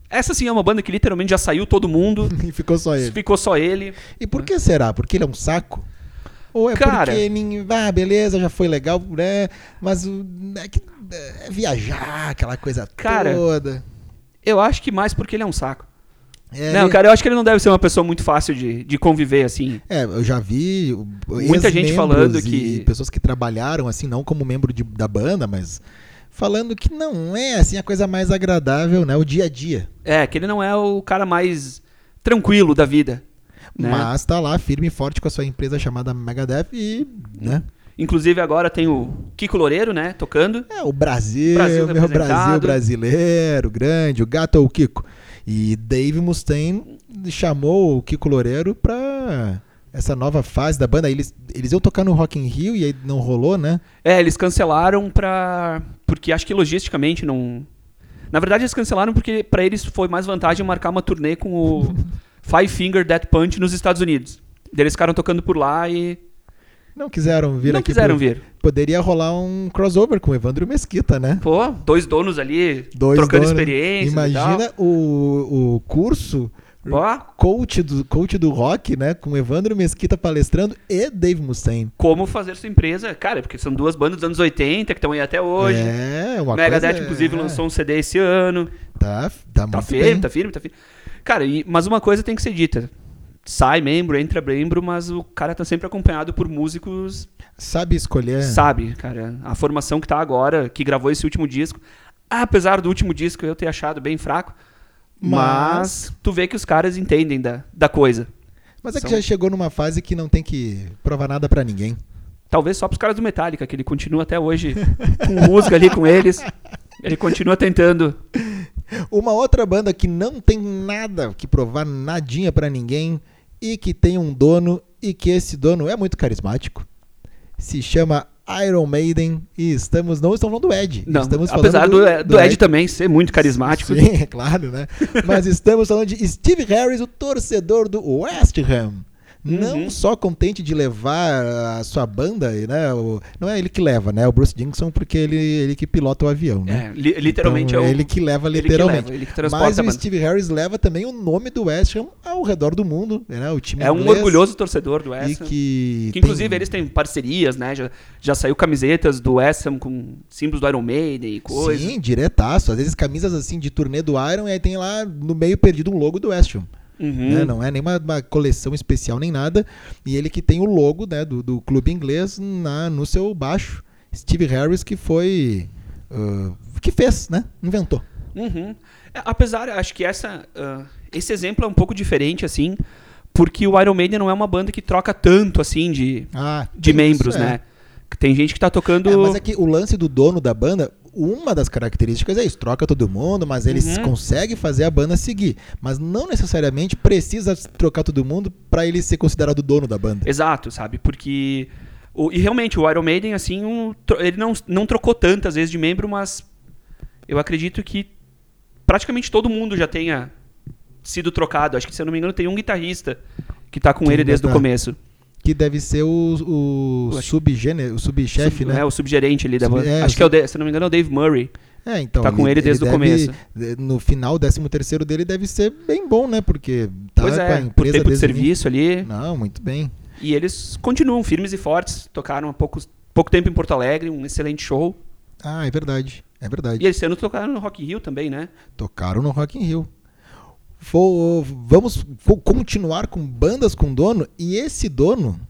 Essa sim é uma banda que literalmente já saiu todo mundo, E ficou só ele. ficou só ele. E por que será? Porque ele é um saco? Ou é Cara. porque ninguém. Ah, beleza, já foi legal, né? Mas o- é que é viajar, aquela coisa Cara. toda. Eu acho que mais porque ele é um saco. É, não, ele- cara, eu acho que ele não deve ser uma pessoa muito fácil de, de conviver, assim. é, eu já vi o- Muita gente ex-membros falando e que- pessoas que trabalharam assim, não como membro de- da banda, mas falando que não é assim a coisa mais agradável, né? O dia a dia. É, que ele não é o cara mais tranquilo da vida. Né? Mas tá lá firme e forte com a sua empresa chamada Megadeth e, né? Inclusive agora tem o Kiko Loureiro, né, tocando. É, o Brasil, Brasil meu Brasil representado. brasileiro, grande, o gato ou o Kiko. E Dave Mustaine chamou o Kiko Loureiro pra essa nova fase da banda. Aí Eles, eles iam tocar no Rock in Rio e aí não rolou, né? É, eles cancelaram pra... Porque acho que logisticamente não... Na verdade eles cancelaram porque pra eles foi mais vantagem marcar uma turnê com o Five Finger Death Punch nos Estados Unidos. Daí Eles ficaram tocando por lá e Não quiseram vir não aqui. quiseram pro- vir. Poderia rolar um crossover com o Evandro Mesquita, né? Pô, dois donos ali Dois trocando donos. experiência e Imagina o, o curso tal. Pô, coach do, coach do rock, né? Com Evandro Mesquita palestrando e Dave Mustaine. como fazer sua empresa... Cara, porque são duas bandas dos anos 80 que estão aí até hoje. É, uma Megadeth, coisa- inclusive, é, lançou um CD esse ano. Tá, tá, Tá muito firme, bem. tá firme, tá firme. Cara, e- mas uma coisa tem que ser dita. Sai membro, entra membro, mas o cara tá sempre acompanhado por músicos, Sabe escolher. sabe, cara? A formação que tá agora, que gravou esse último disco, apesar do último disco eu ter achado bem fraco, mas, tu vê que os caras entendem da, da coisa. Mas é que São- já chegou numa fase que não tem que provar nada pra ninguém. Talvez só pros caras do Metallica, que ele continua até hoje com música ali com eles. Ele continua tentando. Uma outra banda que não tem nada que provar nadinha pra ninguém e que tem um dono e que esse dono é muito carismático. Se chama Iron Maiden e estamos não estamos falando do Ed, Não, estamos falando apesar do, é, do Ed, também ser muito carismático. Sim, é claro, né? Mas estamos falando de Steve Harris, o torcedor do West Ham. Não Uhum. só contente de levar a sua banda, né? o- não é ele que leva, né? O Bruce Dickinson, porque ele, ele que pilota o avião, né? É, li- literalmente Então, é o, ele que leva ele que literalmente. leva, ele que Mas transporta a o banda. Steve Harris leva também o nome do West Ham ao redor do mundo, né? O time É um inglês orgulhoso torcedor do e West Ham. Que, que, tem- inclusive eles têm parcerias, né? Já, já saiu camisetas do West Ham com símbolos do Iron Maiden e coisa. Sim, diretaço. Às vezes camisas assim de turnê do Iron e aí tem lá no meio perdido um logo do West Ham. Uhum. né? Não é nenhuma uma coleção especial nem nada. E ele que tem o logo né, do, do clube inglês na, no seu baixo. Steve Harris que foi. ah, que fez, né? Inventou. Uhum. É, Apesar, acho que essa, ah, esse exemplo é um pouco diferente, assim, porque o Iron Maiden não é uma banda que troca tanto, assim, de, Ah, tem de membros, isso, é. né? Que Tem gente que tá tocando... É, mas é que o lance do dono da banda, uma das características é isso, troca todo mundo, mas ele Uhum. consegue fazer a banda seguir. Mas não necessariamente precisa trocar todo mundo pra ele ser considerado dono da banda. Exato, sabe? Porque. o- e realmente, o Iron Maiden, assim, um tro- ele não, não trocou tantas vezes de membro, mas eu acredito que praticamente todo mundo já tenha sido trocado. Acho que, se eu não me engano, tem um guitarrista que tá com Que ele ainda desde o tá. começo. Que deve ser o, o Eu acho- subgênero, o subchefe, Sub- né? É, o subgerente ali da Sub- banda. é, Acho que é o, Da- se eu não me engano, é o Dave Murray. É, então. Tá com ele desde o deve- começo. de- No final, o 13 dele deve ser bem bom, né? Porque tá pois com a é, empresa por tempo de desde o início. serviço ali. Não, muito bem. E eles continuam firmes e fortes. Tocaram há pouco, pouco tempo em Porto Alegre, um excelente show. Ah, é verdade. É verdade. E esse ano tocaram no Rock in Rio também, né? Tocaram no Rock in Rio. Vou- vamos co- continuar com bandas com dono e esse dono,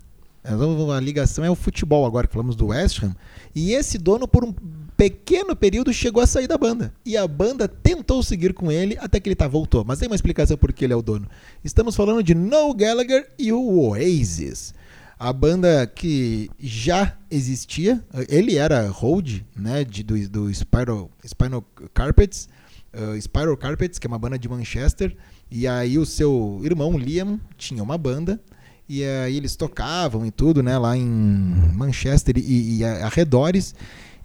nós vamos- a ligação é o futebol agora que falamos do West Ham, e esse dono por um pequeno período chegou a sair da banda e a banda tentou seguir com ele até que ele tá voltou, mas tem uma explicação por que ele é o dono. Estamos falando de Noel Gallagher e o Oasis. A banda que já existia, ele era Hold, né, de- do, do Spiral, Spinal Carpets, uh, Spiral Carpets, que é uma banda de Manchester, e aí o seu irmão Liam tinha uma banda, e aí eles tocavam e tudo, né, lá em Manchester e, e a- arredores.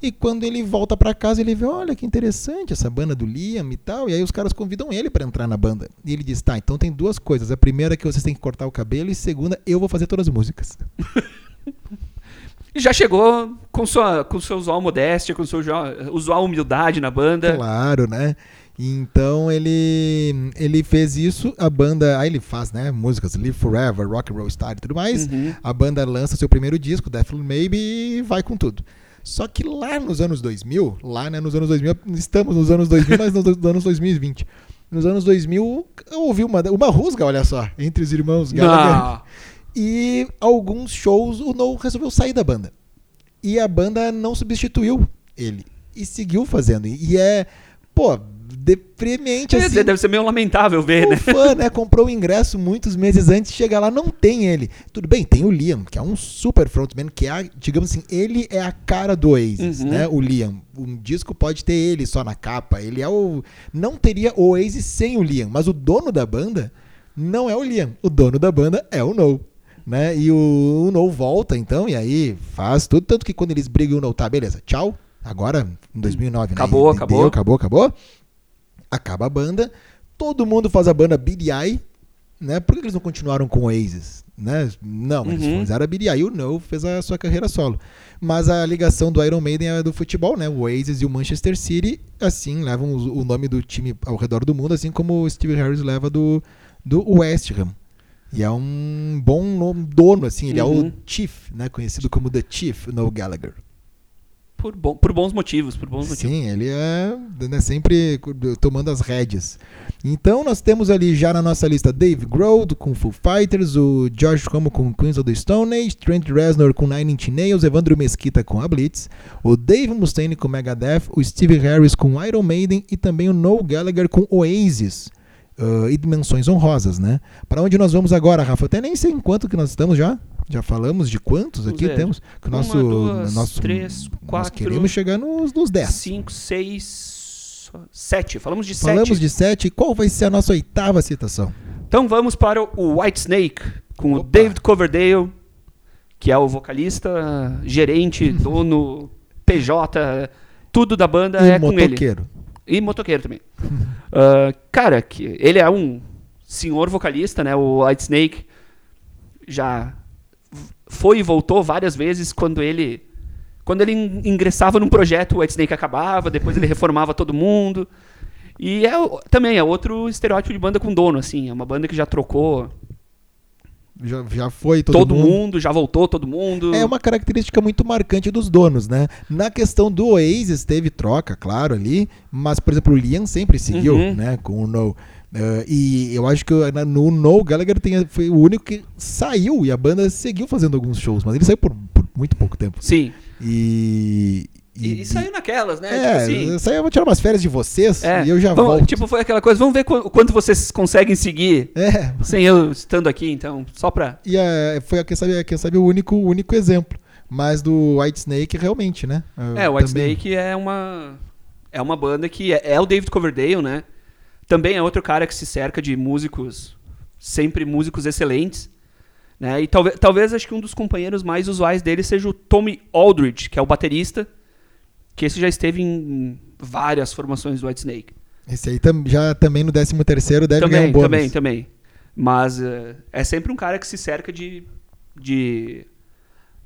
E quando ele volta pra casa, ele vê, olha que interessante essa banda do Liam e tal. E aí os caras convidam ele pra entrar na banda. E ele diz: "Tá, então tem duas coisas. A primeira é que vocês têm que cortar o cabelo e segunda, eu vou fazer todas as músicas". E já chegou com sua, com sua usual modéstia, com sua usual, usual humildade na banda. Claro, né? Então ele ele fez isso, a banda, aí ele faz, né, músicas Live Forever, Rock and Roll Star e tudo mais. Uhum. A banda lança seu primeiro disco, Death Maybe e vai com tudo. Só que lá nos anos 2000, lá né, nos anos 2000, estamos nos anos 2000, mas nos do- anos 2020. Nos anos 2000, eu ouvi uma, uma rusga, olha só, entre os irmãos Gallagher. Não. E alguns shows o Noel resolveu sair da banda. E a banda não substituiu ele. E seguiu fazendo. E é, pô, deprimente Quer assim. dizer, Deve ser meio lamentável ver, O né? fã, né, comprou o ingresso muitos meses antes, chega lá, não tem ele. Tudo bem, tem o Liam, que é um super frontman, que é, a- digamos assim, ele é a cara do Oasis, Uhum. né, o Liam. Um disco pode ter ele só na capa, ele é o... Não teria o Oasis sem o Liam, mas o dono da banda não é o Liam, o dono da banda é o Noel. Né? E o, o Noel volta, então, e aí faz tudo. Tanto que quando eles brigam, o Noel tá, beleza, tchau. Agora, em Hum. 2009, Acabou, né? acabou. Deu, acabou, acabou. Acaba a banda. Todo mundo faz a banda BDI, né? Por que eles não continuaram com o Oasis? Né? Não, Uhum. eles fizeram a BDI e o Noel fez a sua carreira solo. Mas a ligação do Iron Maiden é do futebol, né? O Oasis e o Manchester City, assim, levam os- o nome do time ao redor do mundo, assim como o Steve Harris leva do, do West Ham. E é um bom nome- dono, assim, ele é Uhum. o Chief, né? Conhecido como The Chief, o Noel Gallagher. Por, bom- por bons motivos, por bons tipo. motivos. Sim, ele é né, sempre cu- tomando as rédeas. Então nós temos ali já na nossa lista Dave Grohl do- com Foo Fighters, o George Como com Queens of the Stone Age, Trent Reznor com Nine Inch Nails, Evandro Mesquita com a Blitz, o Dave Mustaine com Megadeth, o Steve Harris com Iron Maiden e também o Noel Gallagher com Oasis. ah, e dimensões honrosas, né? Para onde nós vamos agora, Rafa? Eu Até nem sei em quanto que nós estamos já. Já falamos de quantos aqui Zero. temos. Que o é, Uma, nosso, duas, nosso, três, Nós quatro, queremos chegar nos, nos 10. 5, 6, 7. Falamos de 7. Falamos de 7, qual vai ser a nossa oitava citação? Então vamos para o White Snake com o Opa. David Coverdale, que é o vocalista, Uhum. gerente, dono, PJ, tudo da banda é com ele. motoqueiro. E motoqueiro também. Ah, cara, que ele é um senhor vocalista, né? O White Snake já v- foi e voltou várias vezes quando ele quando ele in- ingressava num projeto, o White Snake acabava, depois ele reformava todo mundo. E é o- também é outro estereótipo de banda com dono, assim, é uma banda que já trocou Já, já foi todo, todo, mundo. já voltou todo mundo. É uma característica muito marcante dos donos, né? Na questão do Oasis, teve troca, claro, ali. Mas, por exemplo, o Liam sempre seguiu, Uhum. né? Com o No. Eh, e eu acho que na- no No, o Gallagher tem- foi o único que saiu e a banda seguiu fazendo alguns shows, mas ele saiu por, por muito pouco tempo. Sim. E. E, e saiu naquelas, né? É, Tipo assim, saiu, eu vou tirar umas férias de vocês é, e eu já vamos- volto. Tipo, foi aquela coisa, vamos ver qu- quanto vocês conseguem seguir É, Sem eu estando aqui, então, só pra. E é, foi, quem sabe, quem sabe, o único, o único exemplo. Mas do White Snake, realmente, né? É, o White Snake é uma. É uma banda que é, é o David Coverdale, né? Também é outro cara que se cerca de músicos, sempre músicos excelentes. Né? E talvez, talvez acho que um dos companheiros mais usuais dele seja o Tommy Aldridge, que é o baterista, que esse já esteve em várias formações do White Snake. Esse aí tam- já também no 13 terceiro deve ganhar um Também, bônus. também, também. Mas eh, é sempre um cara que se cerca de, de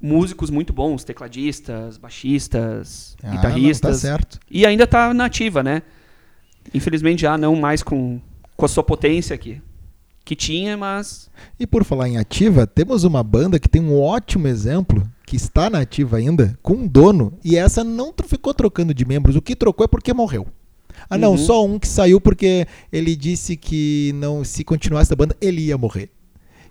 músicos muito bons, tecladistas, baixistas, Ah, não, guitarristas. tá certo. E ainda tá nativa, né? Infelizmente já não mais com, com a sua potência aqui. Que tinha, mas. E por falar em ativa, temos uma banda que tem um ótimo exemplo, que está na ativa ainda, com um dono, e essa não tro- ficou trocando de membros. O que trocou é porque morreu. Ah, não, Uhum. só um que saiu porque ele disse que não se continuasse a banda, ele ia morrer.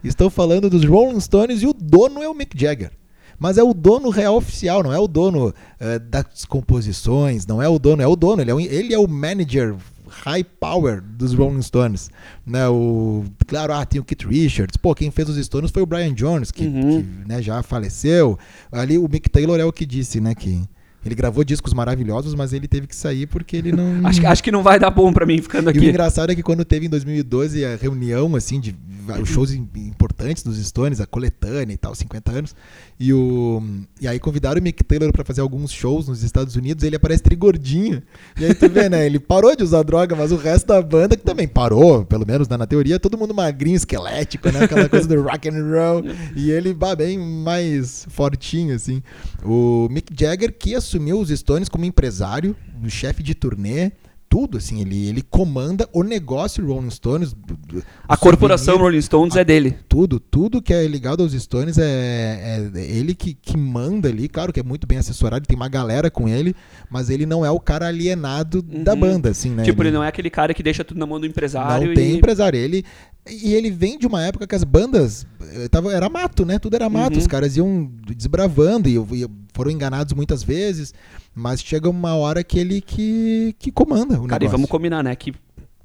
Estou falando dos Rolling Stones e o dono é o Mick Jagger. Mas é o dono real oficial, não é o dono eh, das composições, não é o dono, é o dono. Ele é, o, ele é o manager high power dos Rolling Stones. Né, o, claro, ah, tem o Keith Richards. Pô, quem fez os Stones foi o Brian Jones, que, Uhum. que, né, já faleceu. Ali o Mick Taylor é o que disse, né? Que ele gravou discos maravilhosos, mas ele teve que sair porque ele não. Acho, que- acho que não vai dar bom pra mim ficando Hum. E o aqui. engraçado é que quando teve em 2012 a reunião, assim, de va- os shows im- importantes dos Stones, a coletânea e tal, 50 anos, e, o, e aí convidaram o Mick Taylor pra fazer alguns shows nos Estados Unidos, ele aparece trigordinho. E aí tu vê, né, ele parou de usar droga, mas o resto da banda, que também parou, pelo menos né, na teoria, todo mundo magrinho, esquelético, né, aquela coisa do rock and roll, e ele bah, bem mais fortinho, assim. O Mick Jagger, que assumiu os Stones como empresário, um chefe de turnê, tudo, assim, ele, ele comanda o negócio Rolling Stones. do- do- A do corporação souvenir, Rolling Stones é dele. Tudo, tudo que é ligado aos Stones é, é ele que, que manda ali. Claro que é muito bem assessorado, tem uma galera com ele, mas ele não é o cara alienado da Uhum. banda, assim, né? Tipo, Ele- ele não é aquele cara que deixa tudo na mão do empresário. não tem e... empresário. Ele, e ele vem de uma época que as bandas eh, tava, era mato, né? Tudo era mato. Uhum. Os caras iam desbravando e, e foram enganados muitas vezes. Mas chega uma hora que ele que, que comanda o Cara, e negócio. vamos combinar, né? Que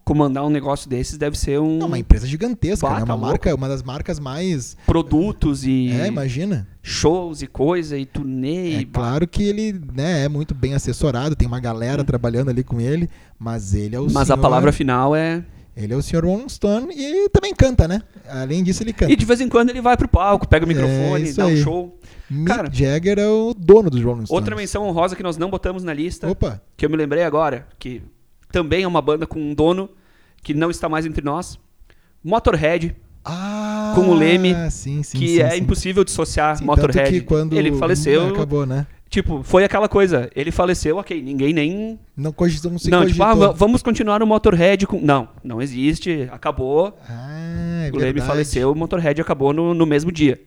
comandar um negócio desses deve ser um. Não, uma empresa gigantesca, Bah, né? tá Uma marca, uma das marcas mais. Produtos e É, imagina. shows e coisa e turnê. É e... bah, claro que ele né, é muito bem assessorado, tem uma galera trabalhando ali com ele, mas ele é o Mas a senhor- palavra final é. Ele é o senhor Rolling Stone e ele também canta, né? Além disso, ele canta. E de vez em quando ele vai pro palco, pega o microfone, É isso dá um aí. show. Mick Cara- Jagger é o dono dos Rolling Stones. Outra menção honrosa que nós não botamos na lista, Opa, que eu me lembrei agora, que também é uma banda com um dono que não está mais entre nós. Motorhead, ah, Com o Leme, sim, sim, que sim, é sim. impossível dissociar Sim, Motorhead. tanto que quando ele faleceu, acabou, né? tipo, foi aquela coisa, ele faleceu, ok, ninguém nem... Não, cogi- não se não, tipo, cogitou. ah, va- vamos continuar o Motorhead com... Não, não existe, acabou, Ah, é o Leme verdade. faleceu, o Motorhead acabou no, no mesmo dia.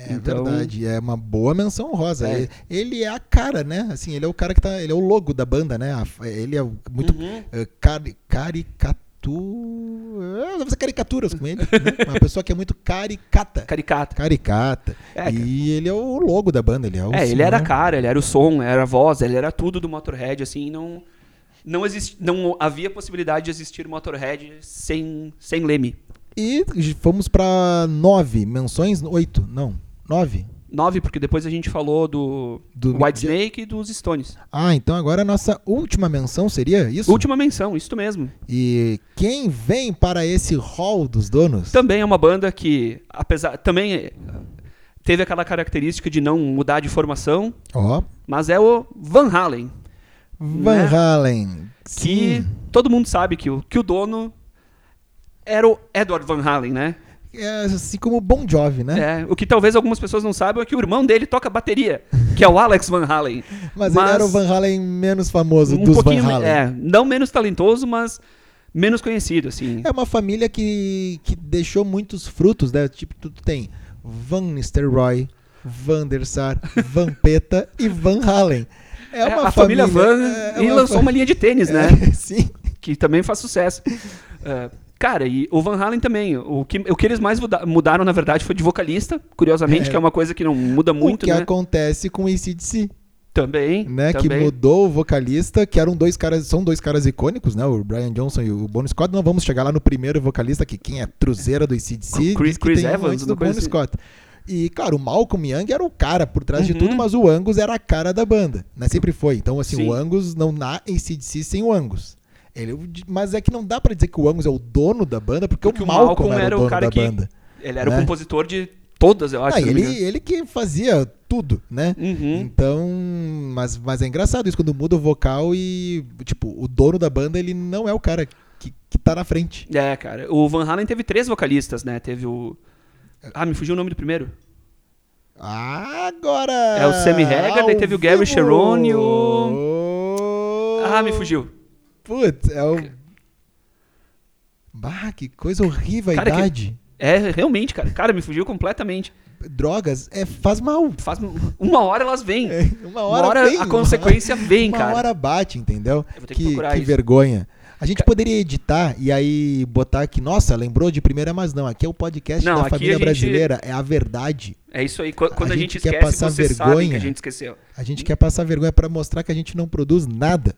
É Então- verdade, é uma boa menção rosa. É. Ele, ele é a cara, né? Assim, ele é o cara que tá, ele é o logo da banda, né? A- Ele é muito Uhum. eh, cari- caricatura, é, deve ser caricaturas com ele, né? uma pessoa que é muito caricata, Caricata. caricata. É, e ele é o logo da banda, ele é o É, ele era a senhor. cara, ele era o som, era a voz, ele era tudo do Motorhead, assim, não não existe, não havia possibilidade de existir Motorhead sem sem Leme. E fomos pra nove menções, oito, não, nove. Nove, porque depois a gente falou do, Do- White Snake e dos Stones. Ah, então agora a nossa última menção seria isso? Última menção, isso mesmo. E quem vem para esse hall dos donos? Também é uma banda que, apesar, também eh, teve aquela característica de não mudar de formação, Ó, mas é o Van Halen, Van Né? Halen. que Sim. todo mundo sabe que o que o dono era o Edward Van Halen, né? É assim como o Bon Jovi, né? É, o que talvez algumas pessoas não saibam é que o irmão dele toca bateria, que é o Alex Van Halen. Mas, ele era o Van Halen menos famoso um dos Van pouquinho, Halen. É, não menos talentoso, mas menos conhecido, assim. É uma família que, que deixou muitos frutos, né? Tipo, tu tem Van Nistelrooy, Van der Sar, Van Peta e Van Halen. É É, uma a família, Van é, é e uma lançou fa- uma linha de tênis, né? É, sim. Que também faz sucesso. É, cara, e o Van Halen também. O que, o que eles mais muda- mudaram, na verdade, foi de vocalista, curiosamente, É. que é uma coisa que não muda muito, o que né? acontece com o ACDC, Também, né? Que também. mudou o vocalista, que eram dois caras, são dois caras icônicos, né? O Brian Johnson e o Bon Scott. Não vamos chegar lá no primeiro vocalista, que quem é truzeira do ACDC, Chris- diz que Chris tem um Evans, antes uma do Bon coisa assim. Scott. E, claro, o Malcolm Young era o cara por trás de Uhum. tudo, mas o Angus era a cara da banda, né? Sempre foi. Então, assim, Sim. o Angus não na ACDC sem o Angus. Ele, é o di- mas é que não dá pra dizer que o Angus é o dono da banda, porque, Porque o Malcolm, era, o dono cara da que- banda. Ele era né? o compositor de todas, eu acho. Ah, se não me ele, ele que fazia tudo, né? engano. Uhum. Então, mas, mas é engraçado isso quando muda o vocal e, tipo, o dono da banda, ele não é o cara que, que tá na frente. É, cara. O Van Halen teve três vocalistas, né? Teve o. Ah, me fugiu o nome do primeiro. Agora! É o Sammy Hagar, ao daí teve o Gary vivo! Cherone, o- Ah, me fugiu. Putz, é o. Bah, que coisa horrível a Cara, que- idade. É, realmente, cara. Cara, me fugiu completamente. Drogas é, faz mal. Faz um, uma hora elas vêm. É, uma hora, Uma hora vem, a consequência vem, uma cara. hora bate, entendeu? Eu vou ter que Que, procurar que isso. vergonha. A gente poderia editar e aí botar aqui, nossa, lembrou de primeira, mas não. Aqui é o podcast Não, da aqui a família gente- brasileira, é a verdade. É isso aí. Qu- Quando a, gente, gente quer esquece, passar vocês sabem que a vergonha. gente esqueceu. A gente quer passar vergonha pra mostrar que a gente não produz nada.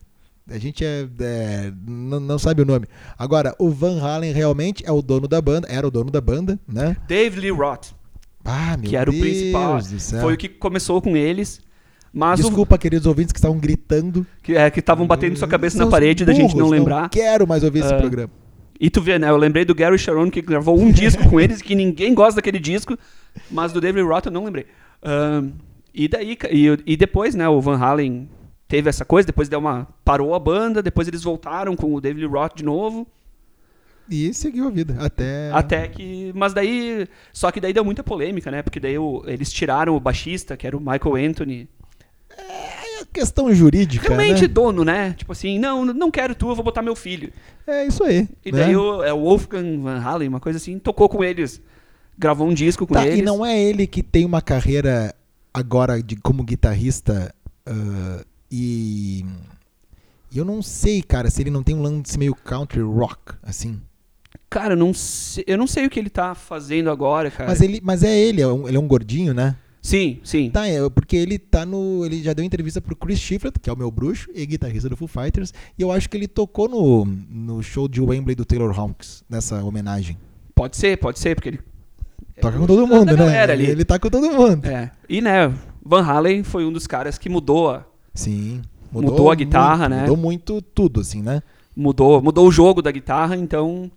A gente é, é, n- não, sabe o nome. Agora, o Van Halen realmente é o dono da banda, era o dono da banda, né? David Lee Roth, Ah, meu que era Deus o principal. do céu. Foi o que começou com eles. Mas Desculpa, queridos ouvintes que estavam gritando. o que é, que estavam batendo sua cabeça na Seus parede da gente não burros, lembrar. quero mais ouvir esse Ah, programa. E tu vê, né? Eu lembrei do Gary Sharon que gravou um disco com eles, que ninguém gosta daquele disco, mas do David Roth eu não lembrei. Ahn, e daí, ca- e, e depois, né, o Van Halen teve essa coisa, depois deu uma. parou a banda, depois eles voltaram com o David Roth de novo. E seguiu a vida. Até. Até que. Mas daí. Só que daí deu muita polêmica, né? Porque daí o- eles tiraram o baixista, que era o Michael Anthony. É questão jurídica. Realmente né? dono, né? Tipo assim, não, não quero tu, eu vou botar meu filho. É isso aí. E né? daí o, é, o Wolfgang Van Halen, uma coisa assim, tocou com eles. Gravou um disco com Tá, eles. e não é ele que tem uma carreira agora de, como guitarrista ah, e. e Eu não sei, cara, se ele não tem um lance meio country rock, assim. Cara, eu não sei, eu não sei o que ele tá fazendo agora, cara. Mas, ele, mas é ele, é um- ele é um gordinho, né? Sim, sim. Tá, é, porque ele tá no. Ele já deu entrevista pro Chris Shiflett, que é o meu bruxo, e guitarrista do Foo Fighters, e eu acho que ele tocou no, no show de Wembley do Taylor Hawkins, nessa homenagem. Pode ser, pode ser, porque ele. Toca é, com todo da- da mundo, né? galera ali. Ele tá com todo mundo. É. E, né, Van Halen foi um dos caras que mudou a- Sim. Mudou a guitarra, muito, né? Mudou muito tudo, assim, né? mudou, mudou o jogo da guitarra, então.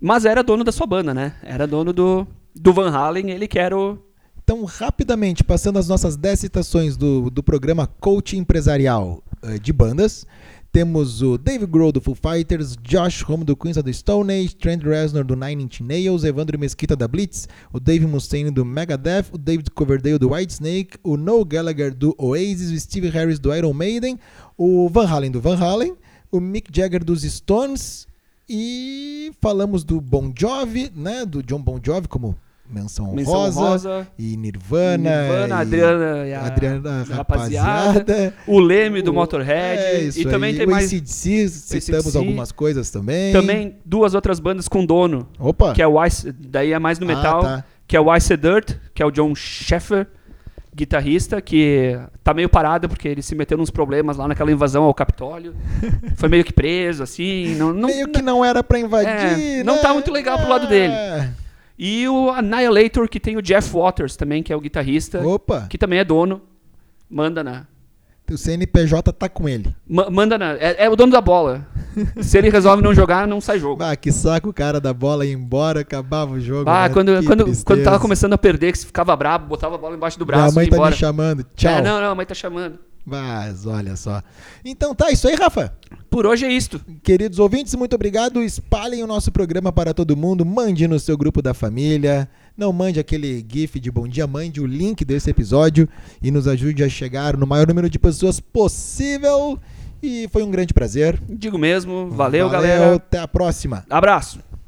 Mas era dono da sua banda, né? Era dono do, do Van Halen, ele que era o. Então, rapidamente, passando as nossas 10 citações do, do programa Coaching Empresarial eh, de Bandas, temos o Dave Grohl do Foo Fighters, Josh Homme do Queens of the Stone Age, Trent Reznor do Nine Inch Nails, Evandro Mesquita da Blitz, o Dave Mustaine do Megadeth, o David Coverdale do Whitesnake, o Noel Gallagher do Oasis, o Steve Harris do Iron Maiden, o Van Halen do Van Halen, o Mick Jagger dos Stones e falamos do Bon Jovi, né, do John Bon Jovi como menção, Menção Rosa. e Nirvana, Nirvana, e Adriana e a Adriana rapaziada, rapaziada, O Leme do o- Motorhead. é isso e também aí. tem o mais. AC/DC, citamos AC/DC. algumas coisas também. Também duas outras bandas com dono. Opa. Que é o Ice. Daí é mais no Ah, metal. tá. Que é o Ice Dirt, que é o John Sheffer, guitarrista, que tá meio parado porque ele se meteu nos problemas lá naquela invasão ao Capitólio. Foi meio que preso, assim. Não, não, Meio que não era pra invadir. É, não né? tá muito legal pro lado dele. É. E o Annihilator, que tem o Jeff Waters também, que é o guitarrista, Opa, que também é dono. Manda na. o CNPJ tá com ele. ma- manda na. É, é o dono da bola. Se ele resolve não jogar, não sai jogo. Ah, que saco o cara da bola ia embora, acabava o jogo. Ah, né? quando, Que quando, quando tristeza. tava começando a perder, que se ficava brabo, botava a bola embaixo do Minha braço e mãe ia tá embora. me chamando. Tchau. É, não, não, a mãe tá chamando. Mas olha só. Então tá, isso aí, Rafa. Por hoje é isto. Queridos ouvintes, muito obrigado. Espalhem o nosso programa para todo mundo. Mande no seu grupo da família. Não mande aquele GIF de bom dia, mande o link desse episódio e nos ajude a chegar no maior número de pessoas possível. E foi um grande prazer. Digo mesmo. Valeu, galera. Até a próxima. Abraço.